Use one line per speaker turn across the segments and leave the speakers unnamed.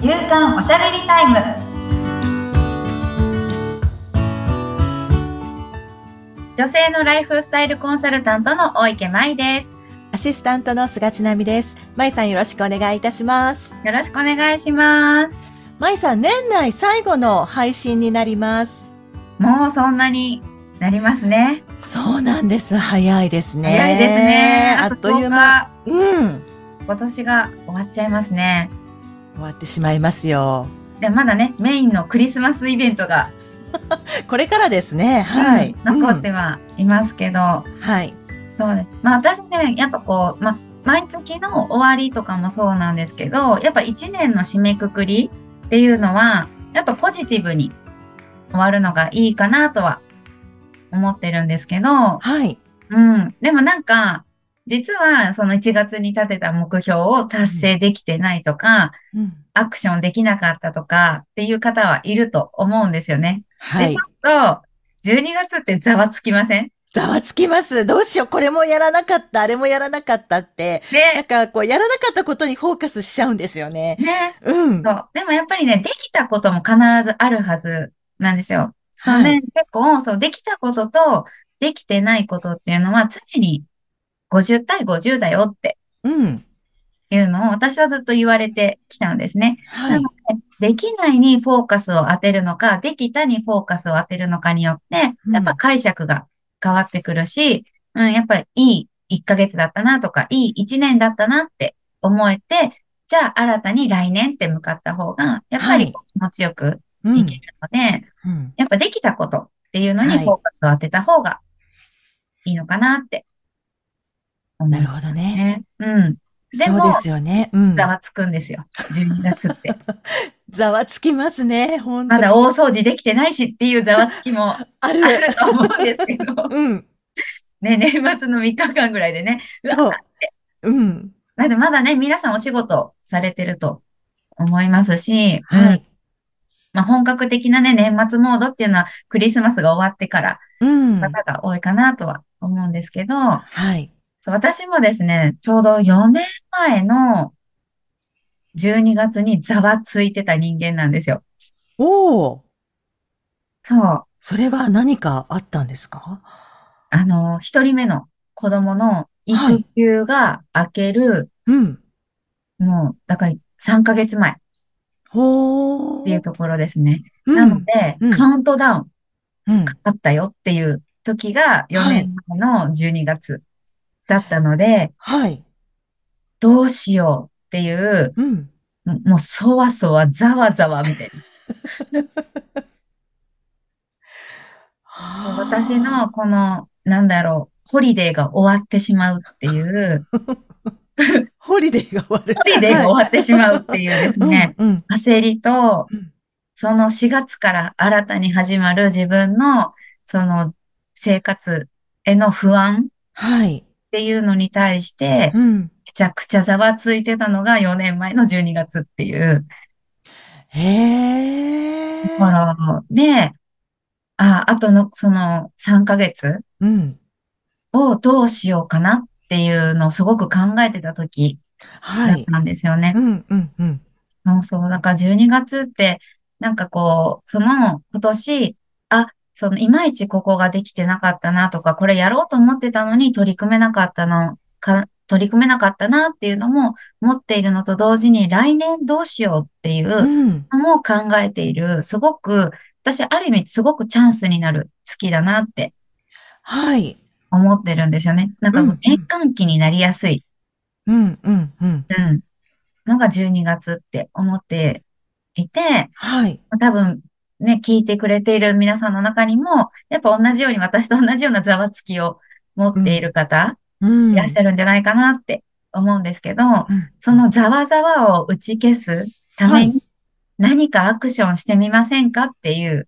夕刊おしゃべりタイム女性のライフスタイルコンサルタントの大池舞です
アシスタントの菅千奈美です。まいさんよろしくお願いいたします。
よろしくお願いします
まいさん、年内最後の配信になります。
もうそんなになりますね
そうなんです。早いですね。
早いですね
あっという間。
10
うん。
日今年が終わっちゃいますね
終わってしまいますよ。
でまだねメインのクリスマスイベントが、
これからですね。はい。
うん残ってはいますけど、
うんはい。
そうです。まあ私ね、やっぱこう、まあ、毎月の終わりとかもそうなんですけど、やっぱ一年の締めくくりっていうのは、やっぱポジティブに終わるのがいいかなとは思ってるんですけど、
はい。
うん。でもなんか、実はその1月に立てた目標を達成できてないとか、
うん
アクションできなかったとかっていう方はいると思うんですよね。
はい
で。ちょっと、12月ってざわつきません
ざわつきます。どうしよう。これもやらなかった。あれもやらなかったって。な
ね
んかこう、やらなかったことにフォーカスしちゃうんですよね。
ね。
うん。
そう。でもやっぱりね、できたことも必ずあるはずなんですよ。そうね、
はい。
結構、そう、できたことと、できてないことっていうのは常に50対50だよって
うん。
いうのを私はずっと言われてきたんですね。
はい。
できないにフォーカスを当てるのか、できたにフォーカスを当てるのかによって、
うん
やっぱ解釈が変わってくるし、うん、やっぱりいい1ヶ月だったなとか、いい1年だったなって思えて、じゃあ新たに来年って向かった方が、やっぱり
はい
気持ちよく
うん
いけるので、
うん。
やっぱできたことっていうのに
はい
フォーカスを当てた方がいいのかなって思
な
う
るほどね。
ね。うん。で
そう
も
ですよね。うん。
ざわつくんですよ。12月って。
ざわつきますね。本当
ま
に
だ大掃除できてないしっていうざわつきもあ
ある。
ると思うんですけど、
うん。
ね、年末の3日間ぐらいでね。
そう
わ。
うん。
なんでまだね、皆さんお仕事されてると思いますし、
は
うん
い。
まあ、本格的なね、年末モードっていうのはクリスマスが終わってから
うん。
方が多いかなとは思うんですけど、
はい。
そう私もですね、ちょうど4年前の12月にざわついてた人間なんですよ。
おお。
そう。
それは何かあったんですか
あの、一人目の子供の
はい
育休が明ける、
うん。
もう、だから3ヶ月前っ
ほー
ていうところですね。
うん
なので、
うん
カウントダウン
うん。
あったよっていう時が4年前の12月だったので、
はい。
どうしようっていう、
うん。
ももうそわそわ、ざわざわみたいな。
はー
私の、この、なんだろう、ホリデーが終わってしまうって いう、
ホリデーが終わる。
ホリデーが終わってしまうっていうですね、
うん。うん。
焦りと
うん、
その4月から新たに始まる自分の、その生活への不安っ
はい。
ていうのに対して、
うん。
めちゃくちゃざわついてたのが4年前の12月っていう
へ
と
ー
ころで、あ、あとの、その3ヶ月
うん。
をどうしようかなっていうのをすごく考えてた時だ
は
っ
い。
たんですよね
う。ん、うん、うん。
そうそう。なんか12月って、なんかこう、その今年、あ、そのいまいちここができてなかったなとか、これやろうと思ってたのに取り組めなかったな、か、取り組めなかったなっていうのも持っているのと同時に来年どうしようっていう
うん。
のも考えている、すごく、私ある意味すごくチャンスになる月だなって
はい。
思ってるんですよね。なんか
うんうん
転換期になりやすい、
うん、うん、うん。
うん、のが12月って思っていて、
はい。
多分ね、聞いてくれている皆さんの中にも、やっぱ同じように私と同じようなざわつきを持っている方、
うん。
いらっしゃるんじゃないかなって思うんですけど、
うん
そのざわざわを打ち消すため
は
に何かアクションしてみませんかっていう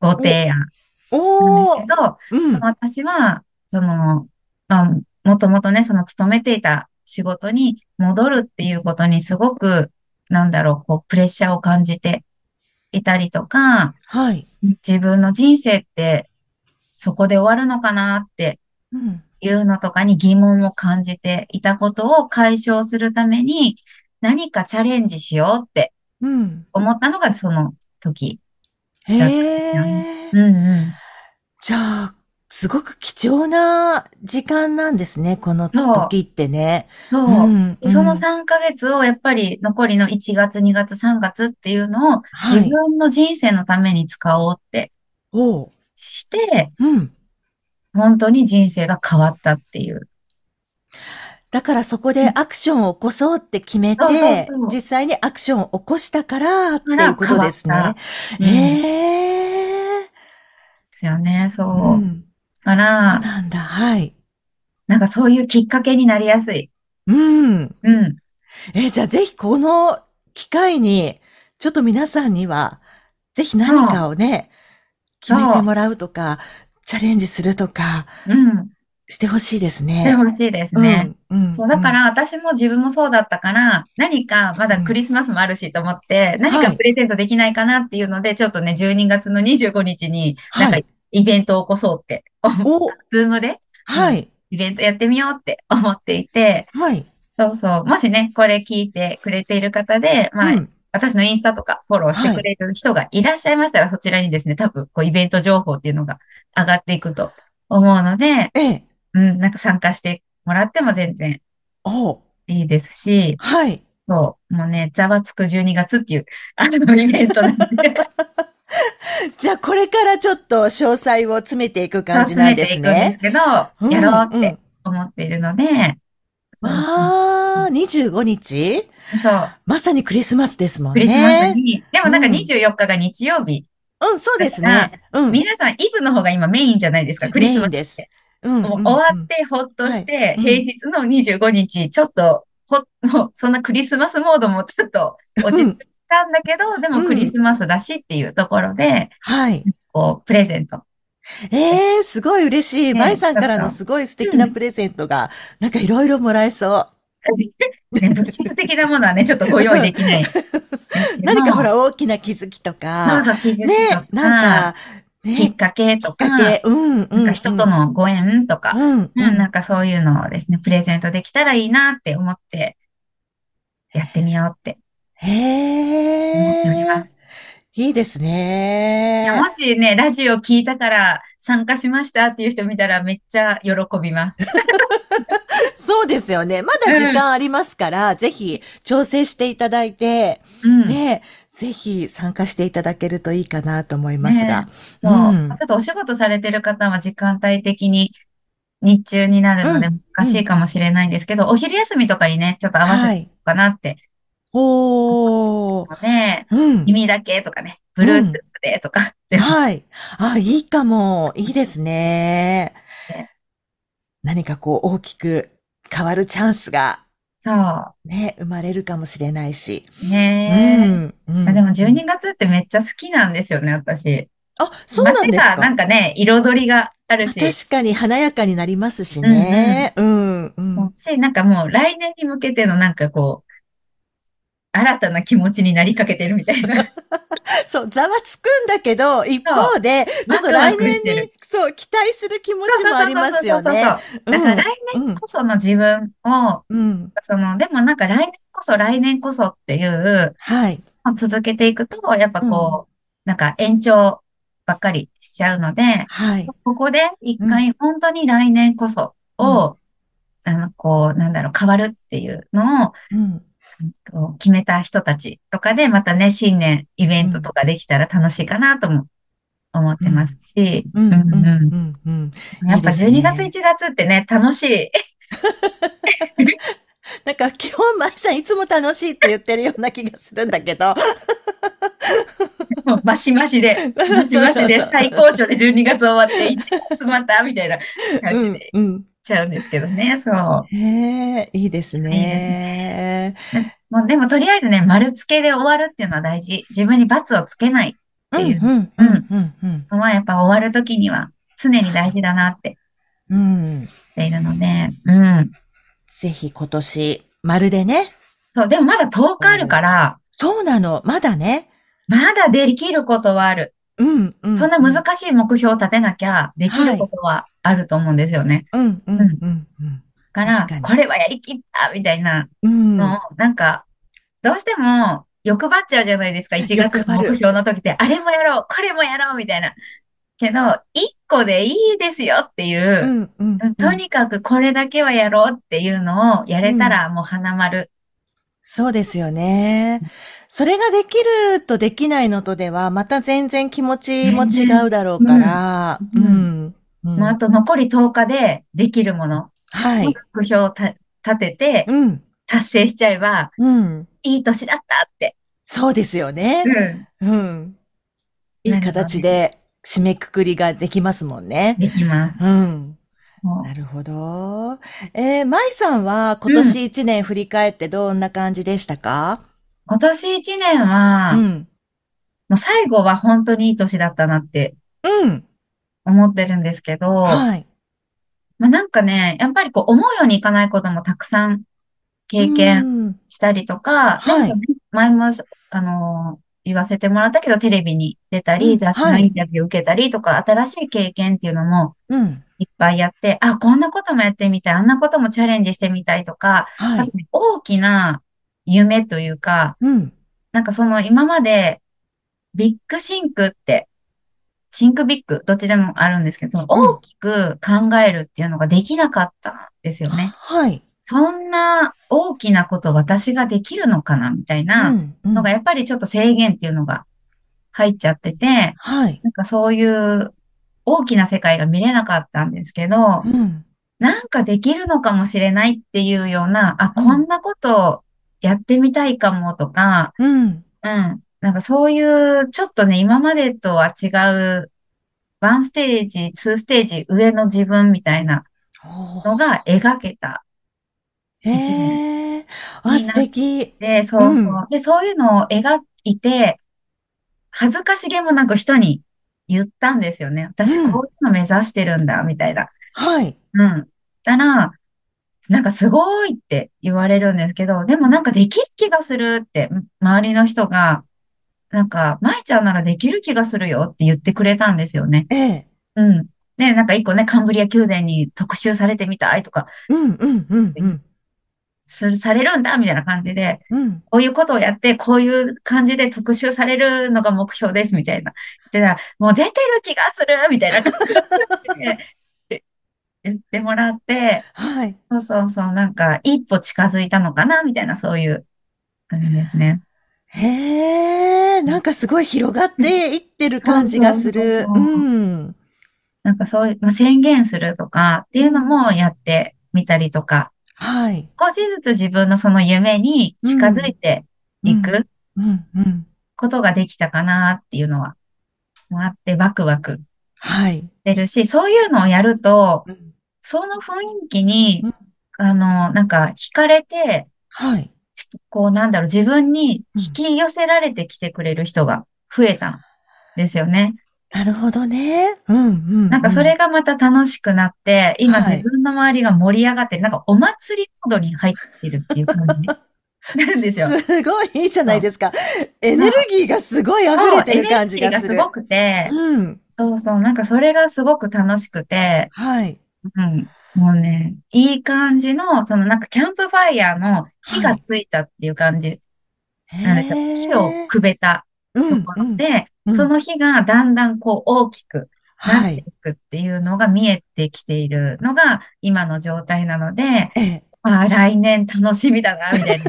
ご提案なんです
お
け
ー
ど、
うん。
私は、その、まあ、もともとね、その勤めていた仕事に戻るっていうことにすごく、なんだろう、こう、プレッシャーを感じていたりとか、
はい。
自分の人生ってそこで終わるのかなって
うん。
いうのとかに疑問を感じていたことを解消するために何かチャレンジしようって
うん。
思ったのがその時。
へえ。
うんうん。
じゃあ、すごく貴重な時間なんですね、この時ってね。
そう。
ん
でその
さ、
3ヶ月をやっぱり残りの1月、2月、3月っていうのを
は
自
い。
分の人生のために使おうって
おう。
して、
うん。
本当に人生が変わったっていう。
だからそこでアクションを起こそうって決め
そうそう
て
そう、
実際にアクションを起こしたからっていうことです
だから
ね。
変わったうんで
へえ。
すよね、そう。だ
う
か
ん。そ
ら、
うなんだ、はい。
なんかそういうきっかけになりやすい。
うん。
うん。
え、じゃあぜひこの機会に、ちょっと皆さんには、ぜひ何かをね、決
そう
めてもらうとか、チャレンジするとか、
うん。
してほしいで
し
す
て
ね。
ほしいですね。
うん。うん。
そう、だから私も自分もそうだったから、何か、まだクリスマスもあるしと思って、何かプレゼントできないかなっていうので、ちょっとね、12月の25日に、
は
ないんかイベントを起こそうって、
うん。お、
ズームで
はい。
イベントやってみようって思っていて、
はい。
そうそう、もしね、これ聞いてくれている方で、まあ、
うん。
私のインスタとかフォローしてくれる人がいらっしゃいましたら、そちらにですね、多分、こう、イベント情報っていうのが上がっていくと思うので、
ええ。
うん、なんか参加してもらっても全然
お
いいですし、
はい。
そう、もうね、ざわつく12月っていう、 あの、イベントなんで、
じゃあこれからちょっと詳細を詰めていく感じ
集
なん
め
で
て
す
いくんです
ね。
けど、や
うん
ろうっ
ん
て思っているので、そう
わあ、25日
そう、
まさにクリスマスですもん
ク
ね。
リスマスに、でもなんか
うん
24日が日曜日、
うん、そうです
だか
ね。うん。
皆さんイブの方が今メインじゃないですか、ク
メ
リス
イ
マス
ン
って
です。うん
もう終わっ。てほっとして、
うん
平日の25日、ちょっと、ほ、もうそんなクリスマスモードもちょっと落ち着いたんだけど、でもクリスマスだしっていうところで、
はい。
こう、プレゼント。
ええ、すごい嬉しい。
ね
バイさんからのすごい素敵なプレゼントが、なんかいろいろもらえそう。
ね、物質的なものはね、ちょっとご用意できない。
何かほ
で
ら大きな気づきと
も、そう
か、
そう、気づき
ね
とか、、
なんか、
きっ
ね、
かけ
き
と
っ
か、
かけ、うん、うん。
なんか人とのご縁とか、
うん、うん、
うん、なんかそういうのをですね、プレゼントできたらいいなって思って、やってみようって思っており
へ
ま
え、
す。
いいです
い
ね
や。もしね、ラジオ聞いたから参加しましたっていう人見たらめっちゃ喜びます。
そうですよね。まだ時間ありますから、ぜひ調整していただいて、
うん。
ね、ぜひ参加していただけるといいかなと思いますが。
そう。
うん
ちょっとお仕事されてる方は時間帯的に日中になるので難しいかもしれないんですけど、お昼休みとかにね、ちょっと合わせ
は
ていこ
い。
うかなって
お
思
ー。
うので、
うん。
耳だけとかね、ブルートゥースでとか、でも
はい。あ、いいかも。いいですね。何かこう大きく変わるチャンスが
そ
ね、生まれるかもしれないし。
う。ね
うん、う
え、
ん。
でも12月ってめっちゃ好きなんですよね、私。
あ、そうなんです
夏がなん
か。
かね、彩りがあるし。
確かに華やかになりますしね。うん、うん、
し、なんかもう来年に向けてのなんかこう、新たな気持ちになりかけてるみたい な。
そう、ざわつくんだけど、一方で、ちょっと
ワクワ
来
クし
年
て
に
る、
そう、期待する気持ちもありますよ
そうそう
ね。
そうそうそうだから来
年
こその自分を、
うん、うん。
その、でもなんか来年こそ来年こそっていう、
はい。
続けていくと、やっぱこう、なんか延長ばっかりしちゃうので、
はい。
ここで一回本当に来年こそを、あの、こう、なんだろう、変わるっていうのを、
うん。
こう決めた人たちとかで、またね、新年イベントとかできたら楽しいかなとも思ってますし、
うん、う
う
ん、
んうん
うん、うん。
やっぱ
いいですね
12月1月ってね、楽しい。
なんか基本、舞さんいつも楽しいって言ってるような気がするんだけど。
もうマシマシで、
そうそうそう
マシマシで最高潮で12月終わって1月また、みたい な
う
感じ
ん
で、
うん。
いっちゃうんですけどね、そう。
へえ、いいです
いいです
ね。
もうでもとりあえずね、丸つけで終わるっていうのは大事。自分に罰をつけないっていう
うん、うん、うん、うん。
のはやっぱ終わる時には常に大事だなって
うん。
言っているので、うん。
ぜひ今年、まるでね。
そう、でもまだ10日あるから、
そうなの、まだね。
まだできることはある。
うん、うん。
そんな難しい目標を立てなきゃ、できることはあると思うんですよね。
うん、うん、うん、うん。
だから、
確かに
これはやりきったみたいな
うん。
のを、なんか、どうしても、欲張っちゃうじゃないですか、1月の目標の時って、あれもやろう、これもやろう、みたいな。けど、1個でいいですよっていうう、
ん、うん。
とにかくこれだけはやろうっていうのをやれたらもう花丸。
そうですよね。それができるとできないのとでは、また全然気持ちも違うだろうから、う
うん
ん。うん
もうあと残り10日でできるもの。
はい。
目標をた立てて
うん。
達成しちゃえば、
うん。
いい年だったって。
そうですよね。うん。いい形で締めくくりができますもんね。
できます。
うん。
も
なるほど。えー、舞さんは今年一年振り返ってどんな感じでしたか
う今年1年
う
は、も
ん。
う最後は本当にいい年だったなって
うん。
思ってるんですけど、
はい。
まあなんかね、やっぱりこう思うようにいかないこともたくさん経験
うん。
したりとか、
うんはい
なんか前も、あのー言わせてもらったけど、テレビに出た
うん
り、雑誌
は
の
い
インタビュー受けたりとか、新しい経験っていうのも
うん。
いっぱいやって、あ、こんなこともやってみたい、あんなこともチャレンジしてみたいとか、
は
なん
い
か。ね大きな夢というか、
うん。
なんかその今までビッグシンクって、シンクビッグ、どっちでもあるんですけど、その
うん
大きく考えるっていうのができなかったんですよね。
はい。。
そんな大きなこと私ができるのかなみたいうなん
うん
のがやっぱりちょっと制限っていうのが入っちゃってて、
はい。
なんかそういう大きな世界が見れなかったんですけど
う、ん。
なんかできるのかもしれないっていうような、あ、
うん
こんなことやってみたいかもとか、
うん。
うん。なんかそういう、ちょっとね、今までとは違う、ワンステージ、ツーステージ上の自分みたいなのが描けた。
へえ。あ、
いいな
素敵。
で、そうそう。
う
で、そういうのを描いて、恥ずかしげもなく人に言ったんですよね。私
うん
こういうの目指してるんだ、みたいな。
はい。
うん。たら、なんかすごいって言われるんですけど、でもなんかできる気がするって、周りの人が、なんか、舞ちゃんならできる気がするよって言ってくれたんですよね。
ええ。
うん。で、なんか一個ね、カンブリア宮殿に特集されてみたいとか、
うん、うん、うん、うん。
する、されるんだみたいな感じで、
うん。
こういうことをやって、こういう感じで特集されるのが目標です、みたいな。で、もう出てる気がするみたいな感じで 言ってもらって、
はい。
そうそうそう、なんか、一歩近づいたのかな、みたいな、そういう感じですね。
へえ。なんかすごい広がっていってる感じがする。
うん
うん。
なんかそういう、まあ、宣言するとかっていうのもやってみたりとか、
はい。
少しずつ自分のその夢に近づいていく
うん、うん。
ことができたかなっていうのは、あってワクワク
はい。
してるし、そういうのをやると、
うん
その雰囲気に
うん、
あの、なんか惹かれて、
はい。
こうなんだろう、自分に引き寄せられてきてくれる人が増えたんですよね。
なるほどね。うん、うん。
なんかそれがまた楽しくなって、今
はい
自分の周りが盛り上がってる、なんかお祭りモードに入ってるっていう感 じなんですよ。
すごいいいじゃないですか。エネルギーがすごい溢れてる感じがす
そうエネルギー
る
が。すごくて、
うん。
そうそう、なんかそれがすごく楽しくて、
はい。
うん。もうね、いい感じの、そのなんかキャンプファイヤーの火がついたっていう感じなんですよ。
へえ
火をくべた
う
と
ん
こ
う
ろ
ん
で、
うん
その火がだんだんこう大きくな
は
ってい
い。
くっていうのが見えてきているのが今の状態なので、
ええ。
ああ、来年楽しみだな、みたいな。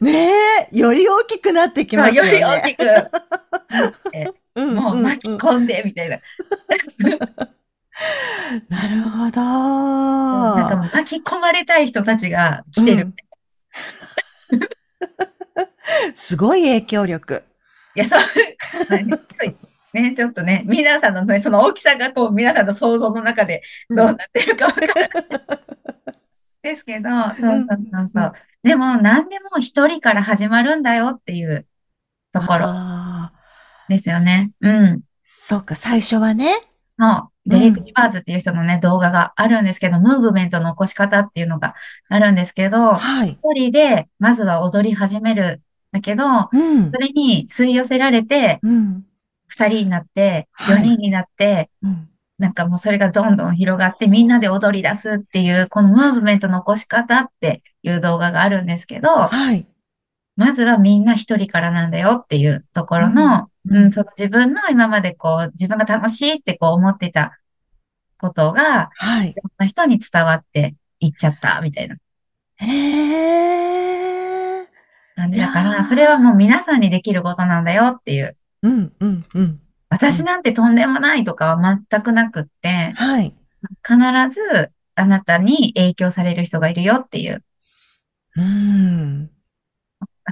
ねえ、より大きくなってきますよ
よ
ね。
り大きく、
うんうん
もう巻き
うん
込んで、みたいな。
なるほど。
なんかもう巻き込まれたい人たちが来てる。
うん。すごい影響力。
いや、そう、 ね、ちょっとね、皆さんのね、その大きさがこう、皆さんの想像の中でどうなってるかわから ない。ですけど、そうそうそうそう。でも、何でも一人から始まるんだよっていうところ
あー
ですよね。うん。
そうか、最初はね。
の、
うん
デレック・ジバーズっていう人のね、動画があるんですけど、ムーブメントの起こし方っていうのがあるんですけど、
はい。
一人で、まずは踊り始める。だけど、
うん
そ。れに吸い寄せられて、
うん。
二人になって、
は
四
い
人になって、
うん。
なんかもうそれがどんどん広がって、みんなで踊り出すっていう、このムーブメントの起こし方っていう動画があるんですけど、
はい。
まずはみんな一人からなんだよっていうところの、
うん
うん、その自分の今までこう、自分が楽しいってこう思ってたことが、
はい
い。ろんな人に伝わっていっちゃった、みたいな。
へえ。
なんでだか
いやー
ら、それはもう皆さんにできることなんだよっていう。
うん、うん、うん。
私なんてとんでもないとかは全くなくって、
はい。
必ずあなたに影響される人がいるよっていう。
うん。
なん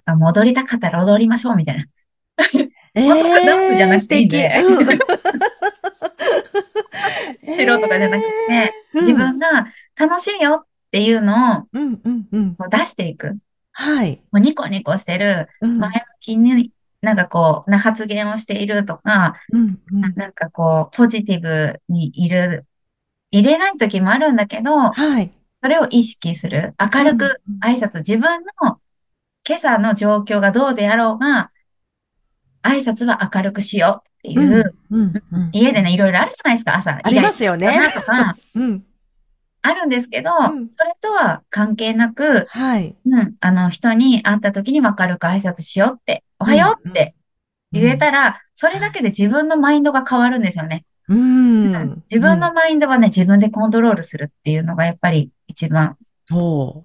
か戻りたかったら踊りましょうみたいな。
え
まあダンスじゃなくていいね
素敵うん
素人とかじゃなくて、
えー
自分が楽しいよっていうのを
うん、うん、うん。
こう出していく。
はい。
もうニコニコしてる、
うん
前向きになんかこう、な発言をしているとか、
うん、うん。
なんかこう、ポジティブにいる、入れない時もあるんだけど、
はい。
それを意識する。明るく
うん
挨拶、自分の今朝の状況がどうであろうが、挨拶は明るくしようっていう、
うん、うん。
家でね、いろいろあるじゃないですか、朝。
ありますよ
イライラ
ね。
したなとか、
うん。
あるんですけど、
ん
それとは関係なく、
はい。
うん、あの、人に会った時に明るく挨拶しようって、おはようって言えたら、それだけで自分のマインドが変わるんですよね。
うん。
自分のマインドはね、自分でコントロールするっていうのがやっぱり一番
うん。お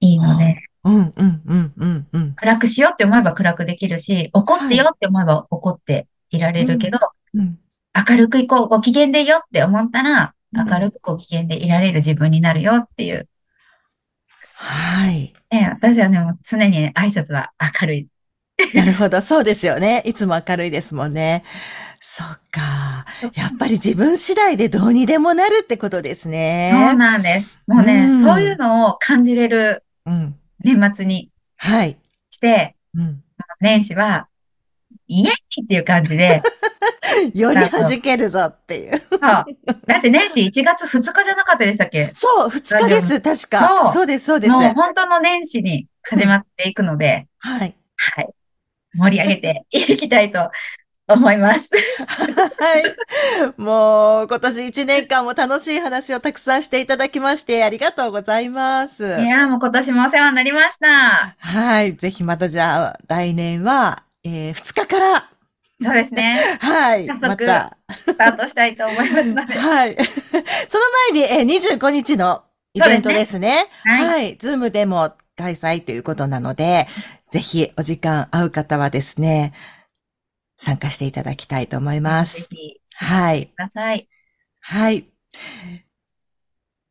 いいの
は
で、
ーうん、うん、うん、うん、うん。
暗くしようって思えば暗くできるし、怒ってよって思えば怒っていられるけど、
うん。
明るくいこう、ご機嫌でいようって思ったら、
うん
明るくご機嫌でいられる自分になるよっていう。
はい。
ね、私はね、もう常にね挨拶は明るい。
なるほど。そうですよね。いつも明るいですもんね。そっか。やっぱり自分次第でどうにでもなるってことです
そう
ね。
なんです。もうね、
うん
そういうのを感じれる
うん。
年末に
はい。
して、
うん。
年始は、イエイっていう感じで、
より弾けるぞっていう。
そうだって年始1月2日じゃなかったでしたっけ
そう、二日です。確
そ
か。
う
そうです、そうです。
もう
は
本当の年始に始まっていくので、
い。
はい。盛り上げていきたいと思います。
はい。もう、今年一年間も楽しい話をたくさんしていただきまして、ありがとうございます。
いやーもう今年もお世話になりました。
はい。ぜひまたじゃあ、来年は、えー、二日から、
そうですね。
はい。
早
ま
速
た、
スタートしたいと思いますので。
はい。 その前に、えー、25日のイベントですね。
はい
はい。ズームでも開催ということなので、ぜひお時間合う方はですね、参加していただきたいと思いま
ぜ
す。
ひ、
はい。
ください。
はい。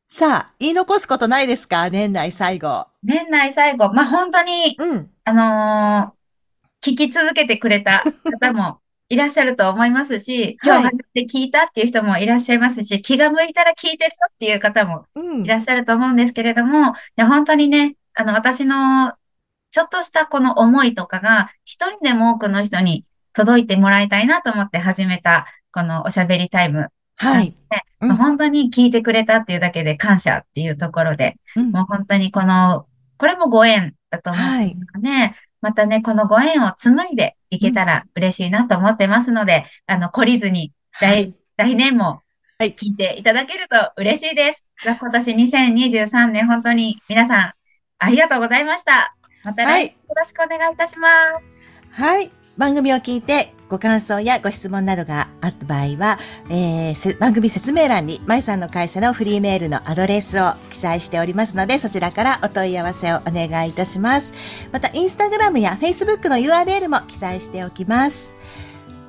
さあ、言い残すことないですか年内最後。
年内最後、まあ、本当に、
うん。
あのー聞き続けてくれた方もいらっしゃると思いますし、今日初めて聞いたっていう人もいらっしゃいますし、気が向いたら聞いてるよっていう方も
うん
い。らっしゃると思うんですけれども、いや本当にね、あの、私のちょっとしたこの思いとかが、一人でも多くの人に届いてもらいたいなと思って始めた、このおしゃべりタイム。
はい。うん
まあ本当に聞いてくれたっていうだけで感謝っていうところで、
うん
もう本当にこの、これもご縁だと思う
はい。
ので、またね、このご縁を紡いでいけたら嬉しいなと思ってますので、あの、懲りずに
は
来
い。
来年も
はい
聞いていただけると嬉しいです。今年2023年本当に皆さんありがとうございました。また来
は
年よ
い。
ろしくお願いいたします。
はい。番組を聞いて、ご感想やご質問などがあった場合は、えーせ番組説明欄に、まいさんの会社のフリーメールのアドレスを記載しておりますので、そちらからお問い合わせをお願いいたします。また、インスタグラムやフェイスブックの URL も記載しておきます。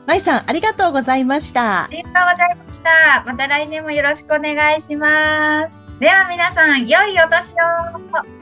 まいさん、ありがとうございました
あ。りがとうございました。また来年もよろしくお願いします。では皆さん、良いお年を